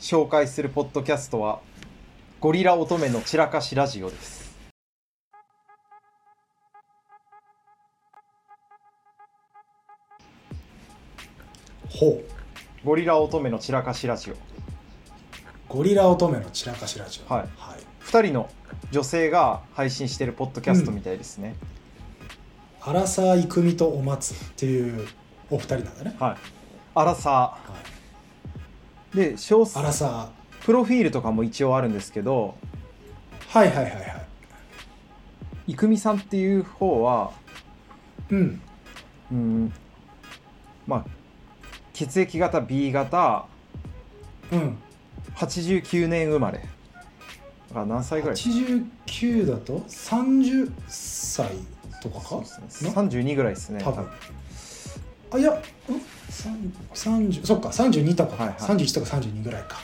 紹介するポッドキャストはゴリラ乙女の散らかしラジオですほうゴリラ乙女の散らかしラジオゴリラ乙女の散らかしラジオはい2人の女性が配信してるポッドキャストみたいですね、荒沢郁美とお松っていうお二人なんだねはいアラサはーいで詳荒細沢プロフィールとかも一応あるんですけどはいはいはいはい郁美さんっていう方はうんうんまあ血液型 B 型うん89年生まれだから何歳ぐらい89だと30歳とかそうかですね32ぐらいですね多分あいやうんさん30そっか32とかか、はいはい31とか32ぐらいか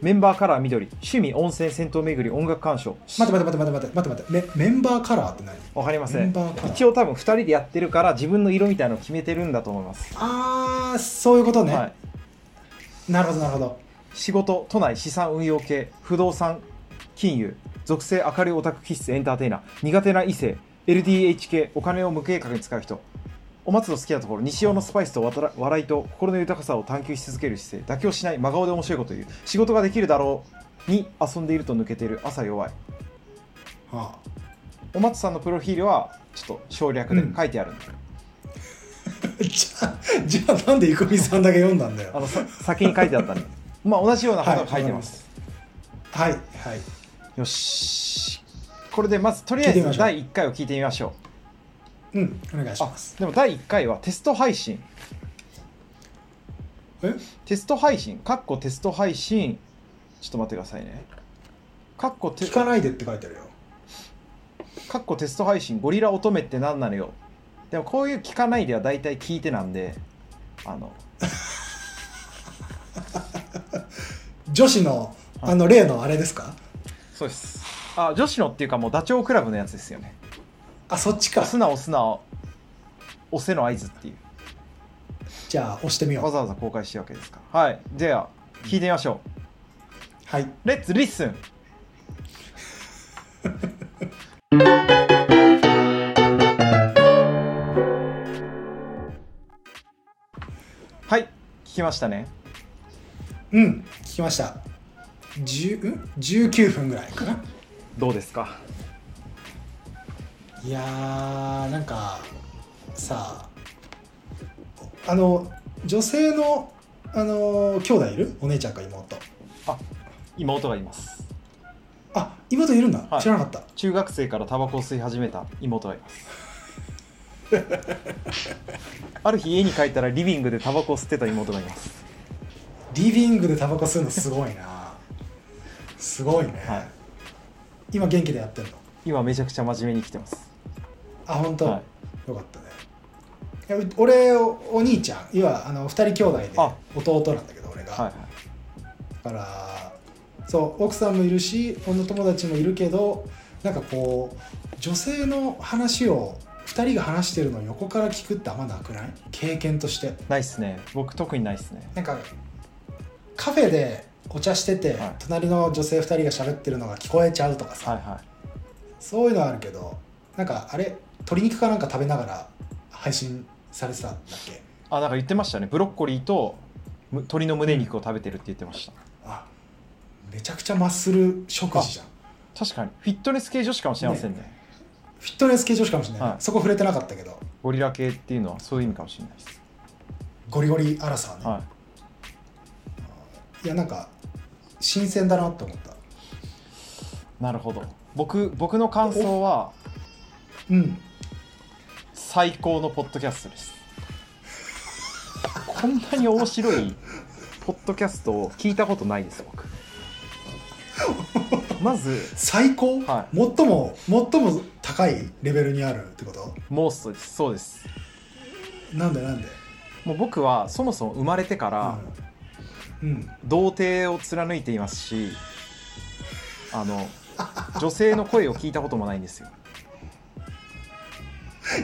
メンバーカラー緑趣味温泉銭湯巡り音楽鑑賞待って待って待って待って待って待ってメメンバーカラーって何わかりませメンんバーカラー一応多分2人でやってるから自分の色みたいなの決めてるんだと思います、ああそういうことね、はい、なるほどなるほど仕事都内資産運用系不動産金融属性明るいオタク気質エンターテイナー苦手な異性 LDH 系お金を無計画に使う人お松の好きなところ西尾のスパイスとわたら笑いと心の豊かさを探求し続ける姿勢妥協しない真顔で面白いこと言う仕事ができるだろうに遊んでいると抜けてる朝弱いあお松さんのプロフィールはちょっと省略でうん書いてあるんで、あじゃあじゃあなんで郁美さんだけ読んだんだあよのさ先に書いてあったんで まあ同じようなことが書いてます、はいはいよしこれでまずとりあえ聞いてみましずょう第1回を聞いてみましょううんお願いしあますでも第1回はテスト配信えテスト配信かっこテスト配信ちょっと待ってくださいねかっこテ聞かないでって書いてあるよかっこテスト配信ゴリラ乙女って何なのよでもこういう聞かないでは大体聞いてなんであの女子のあの例のあれですかそうですあ女子のっていうかもうダチョウ倶楽部のやつですよねあそっちか素直素直押せの合図っていじゃあ押してみうわよざわざ公開してるわけですからはいでは聞いてみましょううはいレッツリッスン はい、聞きましたね。うん聞きました10ん19分ぐらいかなどうですかいやーなんかさああの女性のあの兄弟いるお姉ちゃんか妹妹がいます。あ妹いるんだ、はい知らなかった中学生からタバコを吸い始めた妹がいます。 ある日家に帰ったらリビングでタバコを吸ってた妹がいます。リビングでタバコ吸うのすごいなすごいね、はい今元気でやってんの今めちゃくちゃ真面目に来てます。あ本当、はよかったねいやう俺おお兄ちゃん要はあの2人兄弟であ弟なんだけど俺が、はいはい。だからそう奥さんもいるし女友達もいるけどなんかこう女性の話を2人が話してるのを横から聞くってあんまなくない経験としてないっすね。僕特にないっすね。なんかカフェでお茶してて、はい隣の女性2人が喋ってるのが聞こえちゃうとかさ、はいはい。そういうのはあるけどなんかあれ鶏肉かなんか食べながら配信されてたんだっけあなんか言ってましたねブロッコリーとむ鶏の胸肉を食べてるって言ってましたあめちゃくちゃマッスル食事じゃん確かにフィットネス系女子かもしれませんねフィットネス系女子かもしれない、はいそこ触れてなかったけどゴリラ系っていうのはそういう意味かもしれないです、ゴリゴリアラサーね、、はいやなんか新鮮だなって思ったい、なるほど僕僕の感想はうん最高のポッドキャストですこんなに面白いポッドキャストを聞いたことないです僕まず最高、は最も最も高いレベルにあるってことモーストですそうですなんでなんでもう僕はそもそも生まれてから、うん、うん、童貞を貫いていますしあの女性の声を聞いたこともないんですよ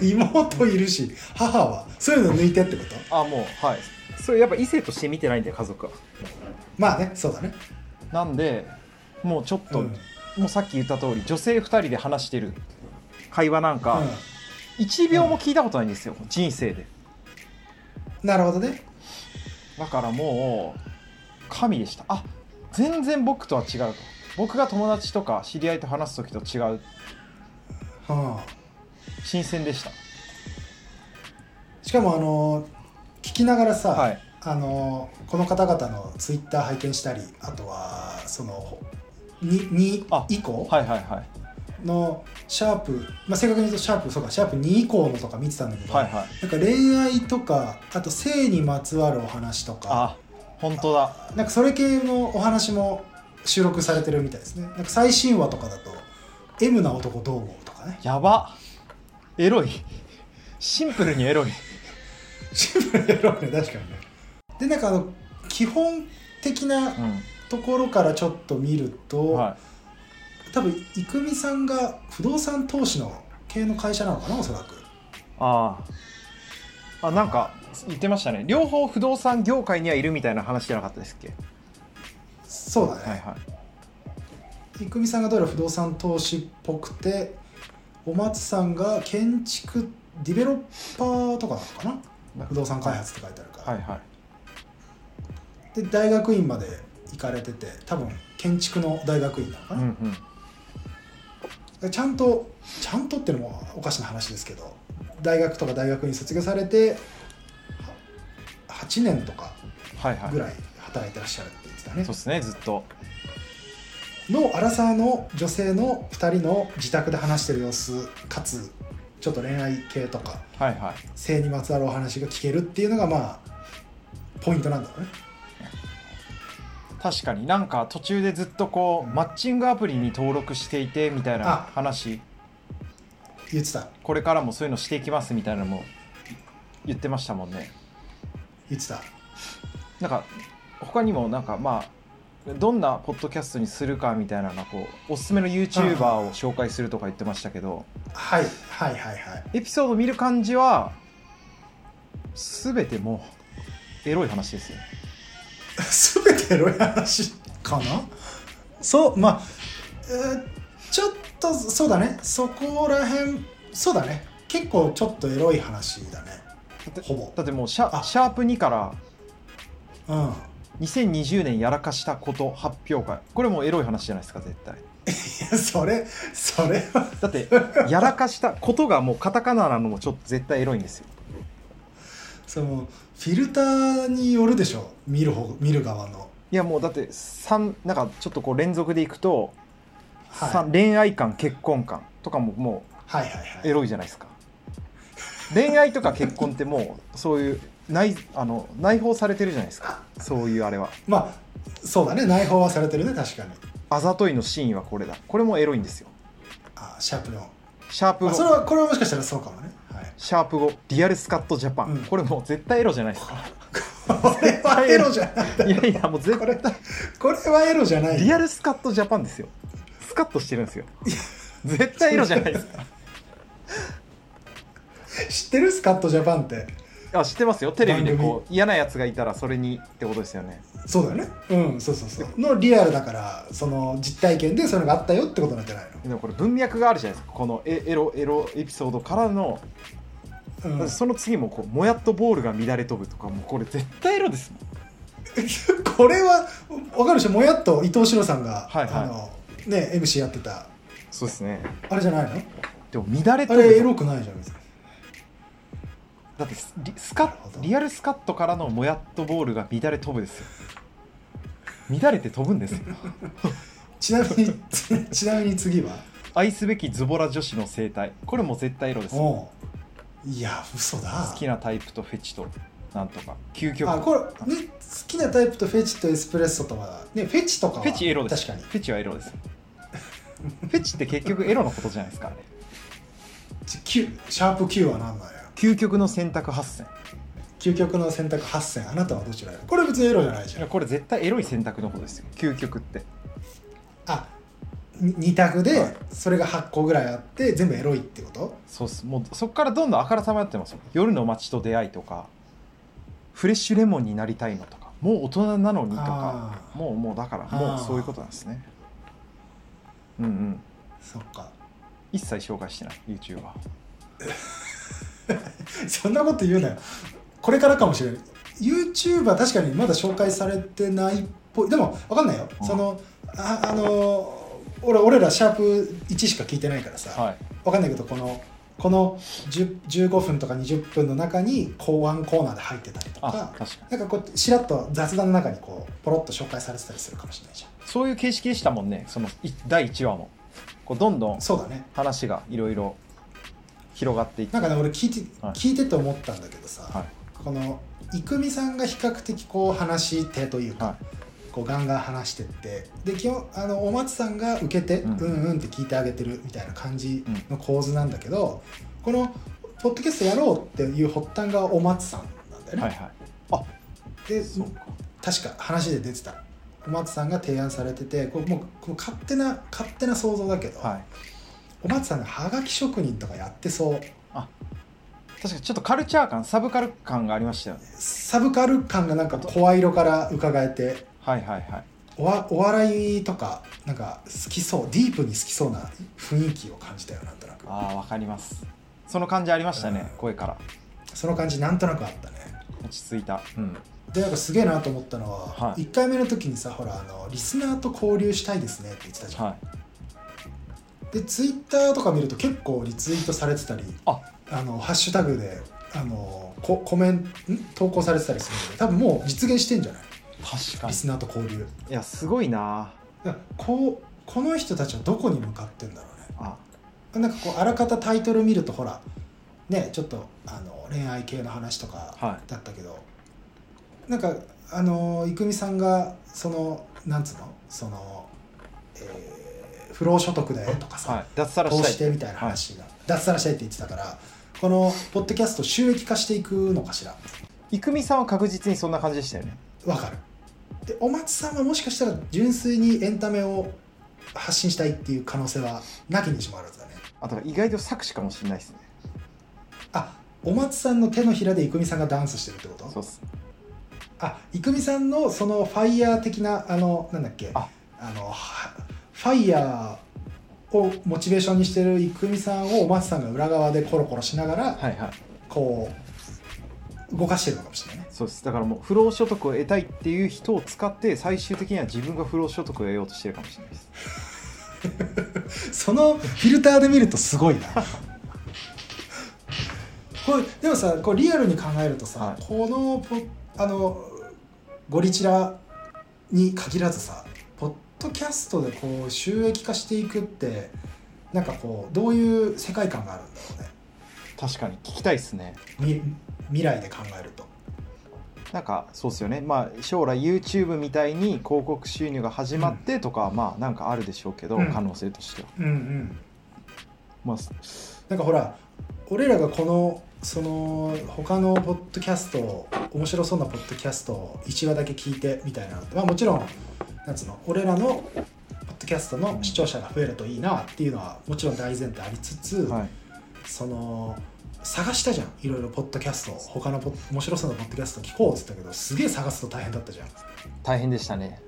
妹いるし母はそういうの抜いてってことあもうはいそれやっぱ異性として見てないんだよ家族はまあねそうだねなんでもうちょっと、うんもうさっき言った通り女性2人で話してる会話なんか、う1秒も聞いたことないんですよ、人生でん、なるほどねだからもう神でしたあ全然僕とは違うと僕が友達とか知り合いと話す時と違うはあ新鮮でしたしかもあの聞きながらさ、はいあのこの方々のツイッター拝見したりあとはその 2, あ以降はいはいはいのシャープ、まあ、正確に言うとシャープそうかシャープ2以降のとか見てたんだけど、はいはいなんか恋愛とかあと性にまつわるお話とかあ本当だなんかそれ系のお話も収録されてるみたいですねなんか最新話とかだと「M な男どう思う?」とかね やばエロいシンプルにエロいシンプルにやろうね確かにねでなんかあの基本的なうところからちょっと見ると、んは多分郁美さんが不動産投資の系の会社なのかなおそらくいあああなんか言ってましたね両方不動産業界にはいるみたいな話じゃなかったですっけそうだね、はいはい郁美さんがどうやら不動産投資っぽくてお松さんが建築ディベロッパーとかなのかな不動産開発って書いてあるから、はいはいで大学院まで行かれてて多分建築の大学院なのかうな、んうんちゃんとちゃんとっていうのもおかしな話ですけど大学とか大学院卒業されて8年とかはいはいぐらい働いてらっしゃるって言ってたねそうですねずっとのアラサーの女性の2人の自宅で話してる様子かつちょっと恋愛系とかはいはい性にまつわるお話が聞けるっていうのがまあポイントなんだろうね確かになんか途中でずっとこうマッチングアプリに登録していてみたいなあ話言ってたこれからもそういうのしていきますみたいなのも言ってましたもんね言ってたなんか他にもなんかまあどんなポッドキャストにするかみたいなのがこうおすすめの YouTuber を紹介するとか言ってましたけどはいはいはいはいエピソード見る感じは全てもうエロい話ですよね全てエロい話かなそうまあ、えーちょっとそうだねそこら辺そうだね結構ちょっとエロい話だねだってほぼだってもうシャあシャープ2からうん2020年やらかしたこと発表会これもうエロい話じゃないですか絶対いやそれそれはだって やらかしたことがもうカタカナなのもちょっと絶対エロいんですよそのフィルターによるでしょ見る方見る側の、いやもうだって3なんかちょっとこう連続でいくと、はい、さん恋愛観結婚観とかももはいはいはういエロいじゃないですか恋愛とか結婚ってもうそういう内あの内包されてるじゃないですかそういうあれはまあそうだね内包はされてるね確かにあざといのシーンはこれだこれもエロいんですよあシャープのシャープあそれ5はこれはもしかしたらそうかもね、 はい、シャープ5リアルスカットジャパン、うんこれもう絶対エロじゃないですかこれはエロじゃ ないいやいやもう絶こ対れこれはエロじゃないリアルスカットジャパンですよ。スカッとしてるんですよ。絶対色じゃないです か。知ってるスカットジャパンってあ、知ってますよ。テレビで番こう嫌なやつがいたらそれにってことですよね。そうだよねうんそうそうそうのリアルだからその実体験でそういうのがあったよってことなんじゃないでもこれ文脈があるじゃないですか。このエエロエロエピソードからの、の、うん、その次もこうもやっとボールが乱れ飛ぶとかもうこれ絶対エロですもん。これはわかるでしょもやっと伊藤四朗さんが、はいはいあのね MC やってたそうですね。あれじゃないのでも乱れあ飛れエぶ。ロくないじゃん別にだってスリスカなるほッどリアルスカットからのもやっとボールが乱れ飛ぶですよ。乱れて飛ぶんですよ。ちなみに つちなみに次 は愛すべきズボラ女子の生態。これも絶対エロですよ。おういや嘘だ好きなタイプとフェチとなんとか究極あこれ、ね、好きなタイプとフェチとエスプレッソとは、ね、フェチとかはフェチエロです確かフェチはエロですフェチって結局エロのことじゃないですかねにち Q シャープ Q は何なんや究極の選択8選究極の選択8選あなたはどちらやこれ別にエロじゃないじいゃんやこれ絶対エロい選択のことですよ究極ってあ2択ではいそれが8個ぐらいあって全部エロいってことそうっすもうそこからどんどんあからさまになってますよ夜の街と出会いとかフレッシュレモンになりたいのとかもう大人なのにとかああもうもうだからもうそういうことなんですねうんうんそっか一切紹介してない YouTube は そんなこと言うなよこれからかもしれない YouTube は確かにまだ紹介されてないっぽいでも分かんないよ、うんそのああの俺俺らシャープ1しか聞いてないからさ、はいわかんないけどこのこの10 15分とか20分の中に後半コーナーで入ってたりとあか確かになんかこうしらっと雑談の中にこうポロッと紹介されてたりするかもしれないじそういう形式でしたもんねそのい第1話もこうどんどゃんんそうだね話がいろいろ広がっていってなんかね俺聞いて、はい聞いてて思ったんだけどさ、はいこの郁美さんが比較的こう話し手というか、はこうガンガン話してってで基本あのお松さんが受けて、うんうんうんって聞いてあげてるみたいな感じの構図なんだけど、このポッドキャストやろうっていう発端がお松さんなんだよいね、はいはいでそうか確か話で出てたお松さんが提案されててこうもうこう勝手な勝手な想像だけど、はいお松さんがはがき職人とかやってそう確かにちょっとカルチャー感サブカル感がありましたよねサブカル感がなんか声色から伺えてはいはいはいおわお笑いとかなんか好きそうディープに好きそうな雰囲気を感じたよなんとなくああわかりますその感じありましたね、うん声からその感じなんとなくあったね落ち着いたうんでなんかすげえなと思ったのは、はい1回目の時にさほらあのリスナーと交流したいですねって言ってたじゃん、はいでツイッターとか見ると結構リツイートされてたりああのハッシュタグであのココメント投稿されてたりするので多分もう実現してんじゃない確かリにスナーと交流いやすごいなだからこうこの人たちはどこに向かってんだろうねあなんかこうあらかたタイトル見るとほらねちょっとあの恋愛系の話とかはだったけど、なんかあの郁美さんがそのなんつうのその、えー不労所得だよとかさ、はい脱サラ投し資たいでみたいな話が、脱サラしたいって言ってたからこのポッドキャスト収益化していくのかしら郁美さんは確実にそんな感じでしたよねわかるでお松さんはもしかしたら純粋にエンタメを発信したいっていう可能性はなきにしもあらずだねあとは意外と作詞かもしれないですねあお松さんの手のひらで郁美さんがダンスしてるってことそうっすあ郁美さんのそのファイヤー的なあのなんだっけあのはファイヤーをモチベーションにしてる郁美さんをお松さんが裏側でコロコロしながらはいはいこう動かしてるのかもしれないねそうですだからもう不労所得を得たいっていう人を使って最終的には自分が不労所得を得ようとしてるかもしれないですそのフィルターで見るとすごいな これでもさこうリアルに考えるとさ、はいこのポあのゴリチラに限らずさポッドキャストでこう収益化していくってなんかこうどういう世界観があるんだ確かに聞きたいですねろうねみ未来で考えるとなんかそうですよねまあ将来 YouTube みたいに広告収入が始まってとか、まあなんかあるでしょうけど、うん可能性としてはうんうんまあなんかほら俺らがこのその他のポッドキャストを面白そうなポッドキャストを1話だけ聞いてみたいなのってまあもちろんなんつうの俺らのポッドキャストの視聴者が増えるといいなっていうのはもちろん大前提ありつつ、はいその探したじゃんいろいろポッドキャストを他のポッ面白そうなポッドキャスト聞こうっつったけどすげえ探すと大変だったじゃんだ大変でしたね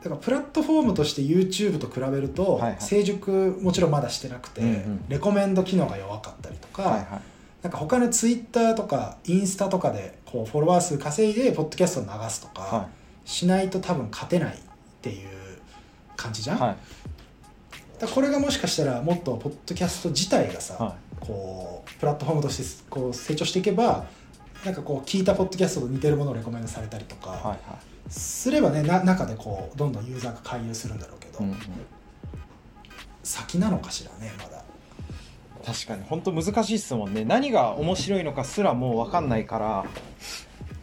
からプラットフォームとして YouTube と比べると、はいはい成熟もちろんまだしてなくて、うんうんレコメンド機能が弱かったりとか、はいはいなんか他のツイッターとかインスタとかでこうフォロワー数稼いでポッドキャストを流すとはかしないと多分勝てないっていう感じじゃいん、はいだからこれがもしかしたらもっとポッドキャスト自体がさ、はこうプラットフォームとしてこう成長していけばなんかこう聞いたポッドキャストと似てるものをレコメンドされたりとか、いはいはいすればねな中でこうどんどんユーザーが回遊するんだろうけど、うんうん先なのかしらねまだ確かに本当難しいですもんね何が面白いのかすらもう分かんないから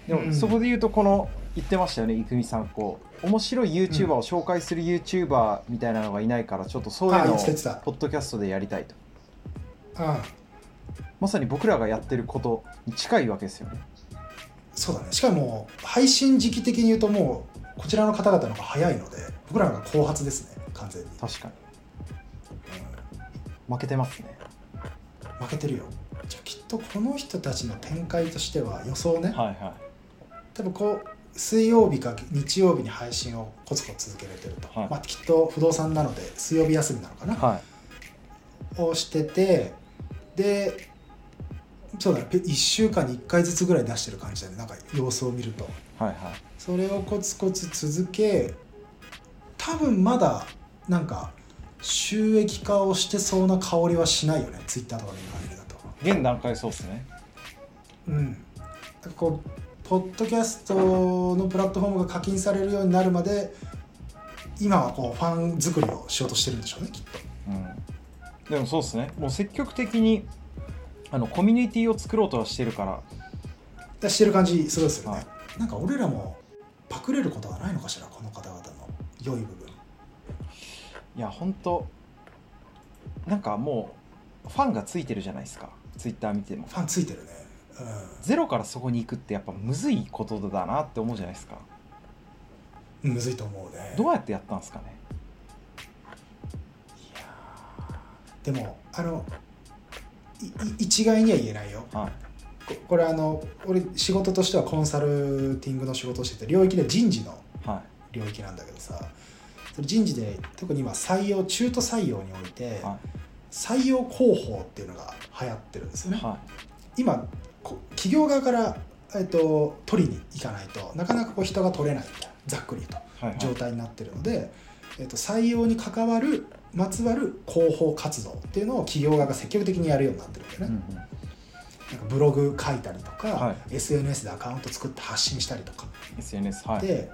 でうもんそこで言うとこの言ってましたよね郁美さんこう面白い YouTuber を紹介する YouTuber みたいなのがいないからちょっとそういうあの言をってた言ってたポッドキャストでやりたいとうんまさに僕らがやってることに近いわけですよねそうだねしかも配信時期的に言うともうこちらの方々の方が早いので僕らの方が後発ですね完全に、確かにう負けてますねん負けてるよじゃあきっとこの人たちの展開としては予想ね、はいは多分こう水曜日か日曜日に配信をコツコツ続けれてると、はいまあ、きっと不動産なので水曜日休みなのかな、いはをしててでそうだね1週間に1回ずつぐらい出してる感じだねなんか様子を見るといはいはいそれをコツコツ続け多分まだなんか収益化をしてそうな香りはしないよねツイッターとかで今見るだと現段階そうですねうんなんかこうポッドキャストのプラットフォームが課金されるようになるまで今はこうファン作りをしようとしてるんでしょうねきっとうんでもそうですねもう積極的にあのコミュニティを作ろうとはしてるから出してる感じすごいですよね、はなんか俺らもパクれることはないのかしらこの方々の良い部分いや本当なんかもうファンがついてるじゃないですかツイッター見てもファンついてるねうんゼロからそこに行くってやっぱむずいことだなって思うじゃないですかむずいと思うねどうやってやったんですかねでもあのいい一概には言えないよはいここれあの俺仕事としてはコンサルティングの仕事をしてて領域で人事のは領域なんだけどさそれ人事で特に今採用中途採用において、は採用広報っていうのが流行ってるんですよいね、は今こ企業側から、えっと取りに行かないとなかなかこう人が取れないみたいなざっくり言ういはいはいと状態になってるので、えっと採用に関わるまつわる広報活動っていうのを企業側が積極的にやるようになってるんだよね、うんなんかブログ書いたりとか、は SNS でアカウント作って発信したりとか、うん SNS はいで、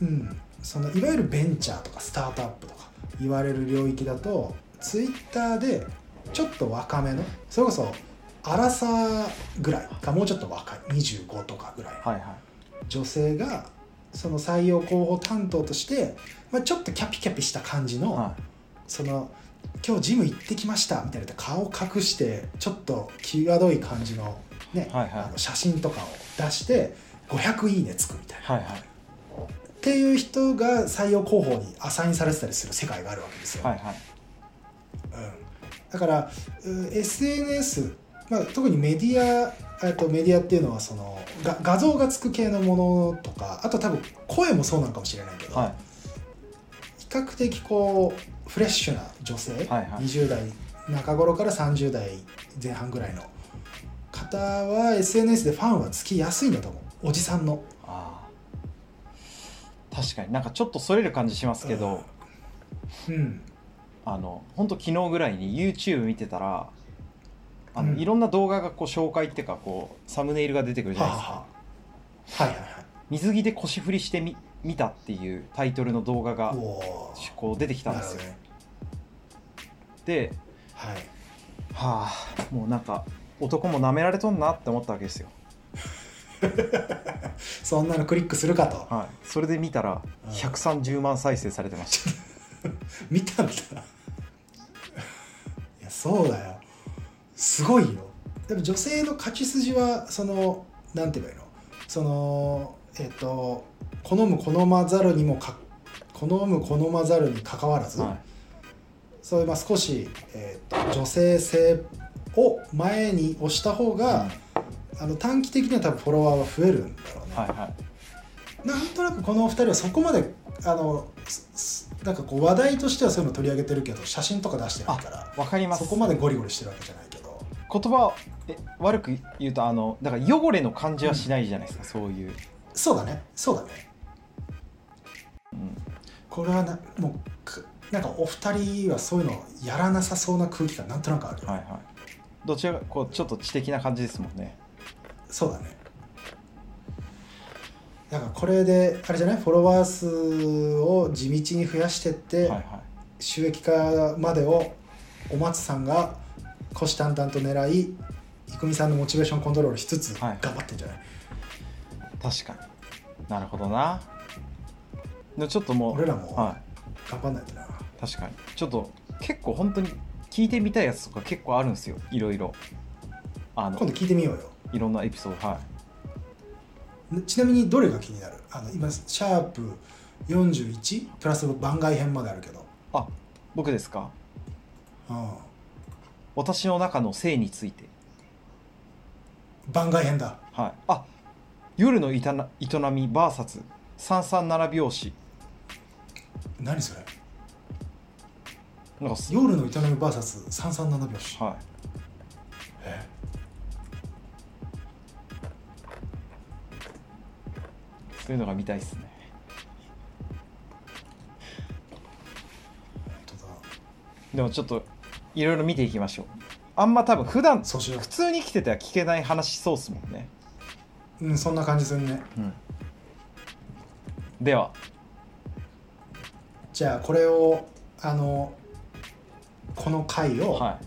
うん、そのいわゆるベンチャーとかスタートアップとか言われる領域だとツイッターでちょっと若めのそれこそ荒さぐらいかもうちょっと若い25とかぐらいのはいは女性がその採用候補担当として、まあ、ちょっとキャピキャピした感じいの、はその今日ジム行ってきましたみたいな顔を隠してちょっと際どい感じの,、ねはいはい。あの写真とかを出して500いいねつくみたいないはいはいっていう人が採用候補にアサインされてたりする世界があるわけですよ、はいはいうん、だからう SNS、まあ、特にメディアえっとメディアっていうのはそのが画像がつく系のものとかあと多分声もそうなのかもしれないけど、はい比較的こうフレッシュな女性、はいはい20代中頃から30代前半ぐらいの方は SNS でファンはつきやすいんだと思うおじさんのああ確かになんかちょっとそれる感じしますけど、うんあの本当昨日ぐらいに YouTube 見てたらあの、うんいろんな動画がこう紹介っていうかこうサムネイルが出てくるじゃはなあいですか、はあはいはいはい水着で腰振りしてみ見たっていうタイトルの動画がおーこう出てきたんなでるすほよどねではいはあもうなんか男も舐められとんなって思ったわけですよそんなのクリックするかとはいそれで見たらうん130万再生されてました見たんだいやそうだよすごいよでも女性の勝ち筋はそのなんて言えばいいのそのえっ、と好む好まざるにもか好む好まざるにかかわらず、はそういうまあ少し、えー、と女性性を前に押した方い、が、あの短期的には多分フォロワーは増えるんだろうね、はいはいなんとなくこのお二人はそこまであのすすなんかこう話題としてはそういうの取り上げてるけど写真とか出してないからわかりますそこまでゴリゴリしてるわけじゃないけど言葉をえ悪く言うとあのだから汚れの感じはしないじゃないですか、そういうそうだねそうだね、これはなもうくなんかお二人はそういうのやらなさそうな空気感なんとなくあるよ、はいはいどちらかこうちょっと知的な感じですもんねそうだねなんかこれであれじゃないフォロワー数を地道に増やしてって、はいは収益化までをお松さんが虎視眈々と狙い郁美さんのモチベーションコントロールしつつはい頑張ってんじゃない、い確かになるほどなでちょっともう俺らもは頑張んないとない確かにちょっと結構本当に聞いてみたいやつとか結構あるんですよいろいろあ今の度聞いてみようよいろんなエピソードはいちなみにどれが気になるあの今シャープ41プラス番外編まであるけど、あ僕ですかうん、私の中の性について番外編だはい、あ夜の営な営み VS 三三並拍子何それなんかす夜の営み VS337 拍子はえい、そういうのが見たいですね本当だでもちょっといろいろ見ていきましょうあんま多分普段そうしよ普通に来てては聞けない話そうっすもんね、ううんそんな感じするねうん、ではじゃあこれをあのこの回を、は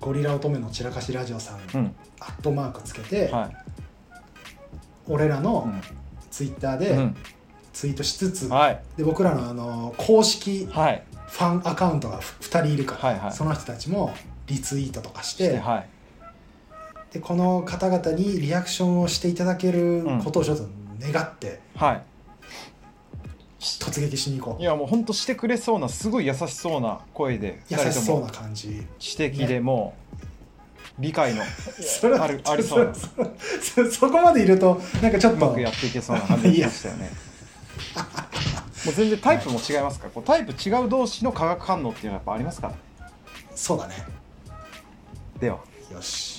ゴリラ乙女の散らかしラジオさんにいうんアットマークつけて、はい俺らうのんツイッターうでんツイートしつつ、はいで僕らのあの公式はいファンアカウントが2人いるから、はいはいその人たちもリツイートとかししててはいでこの方々にリアクションをしていただけることをちょっと願ってはい突撃しに行こう、いやもうほんとしてくれそうなすごい優しそうな声で優二し人とそうもな感じ知的でもう理解の それあるありそうな そそそこまでいるとなんかちょっうまとくやっていけそうな感じでしたよね。もう全然タイプも違いますから、こうタイプ違う同士の化学反応っていうのはやっぱありますから。そうだねでは。よし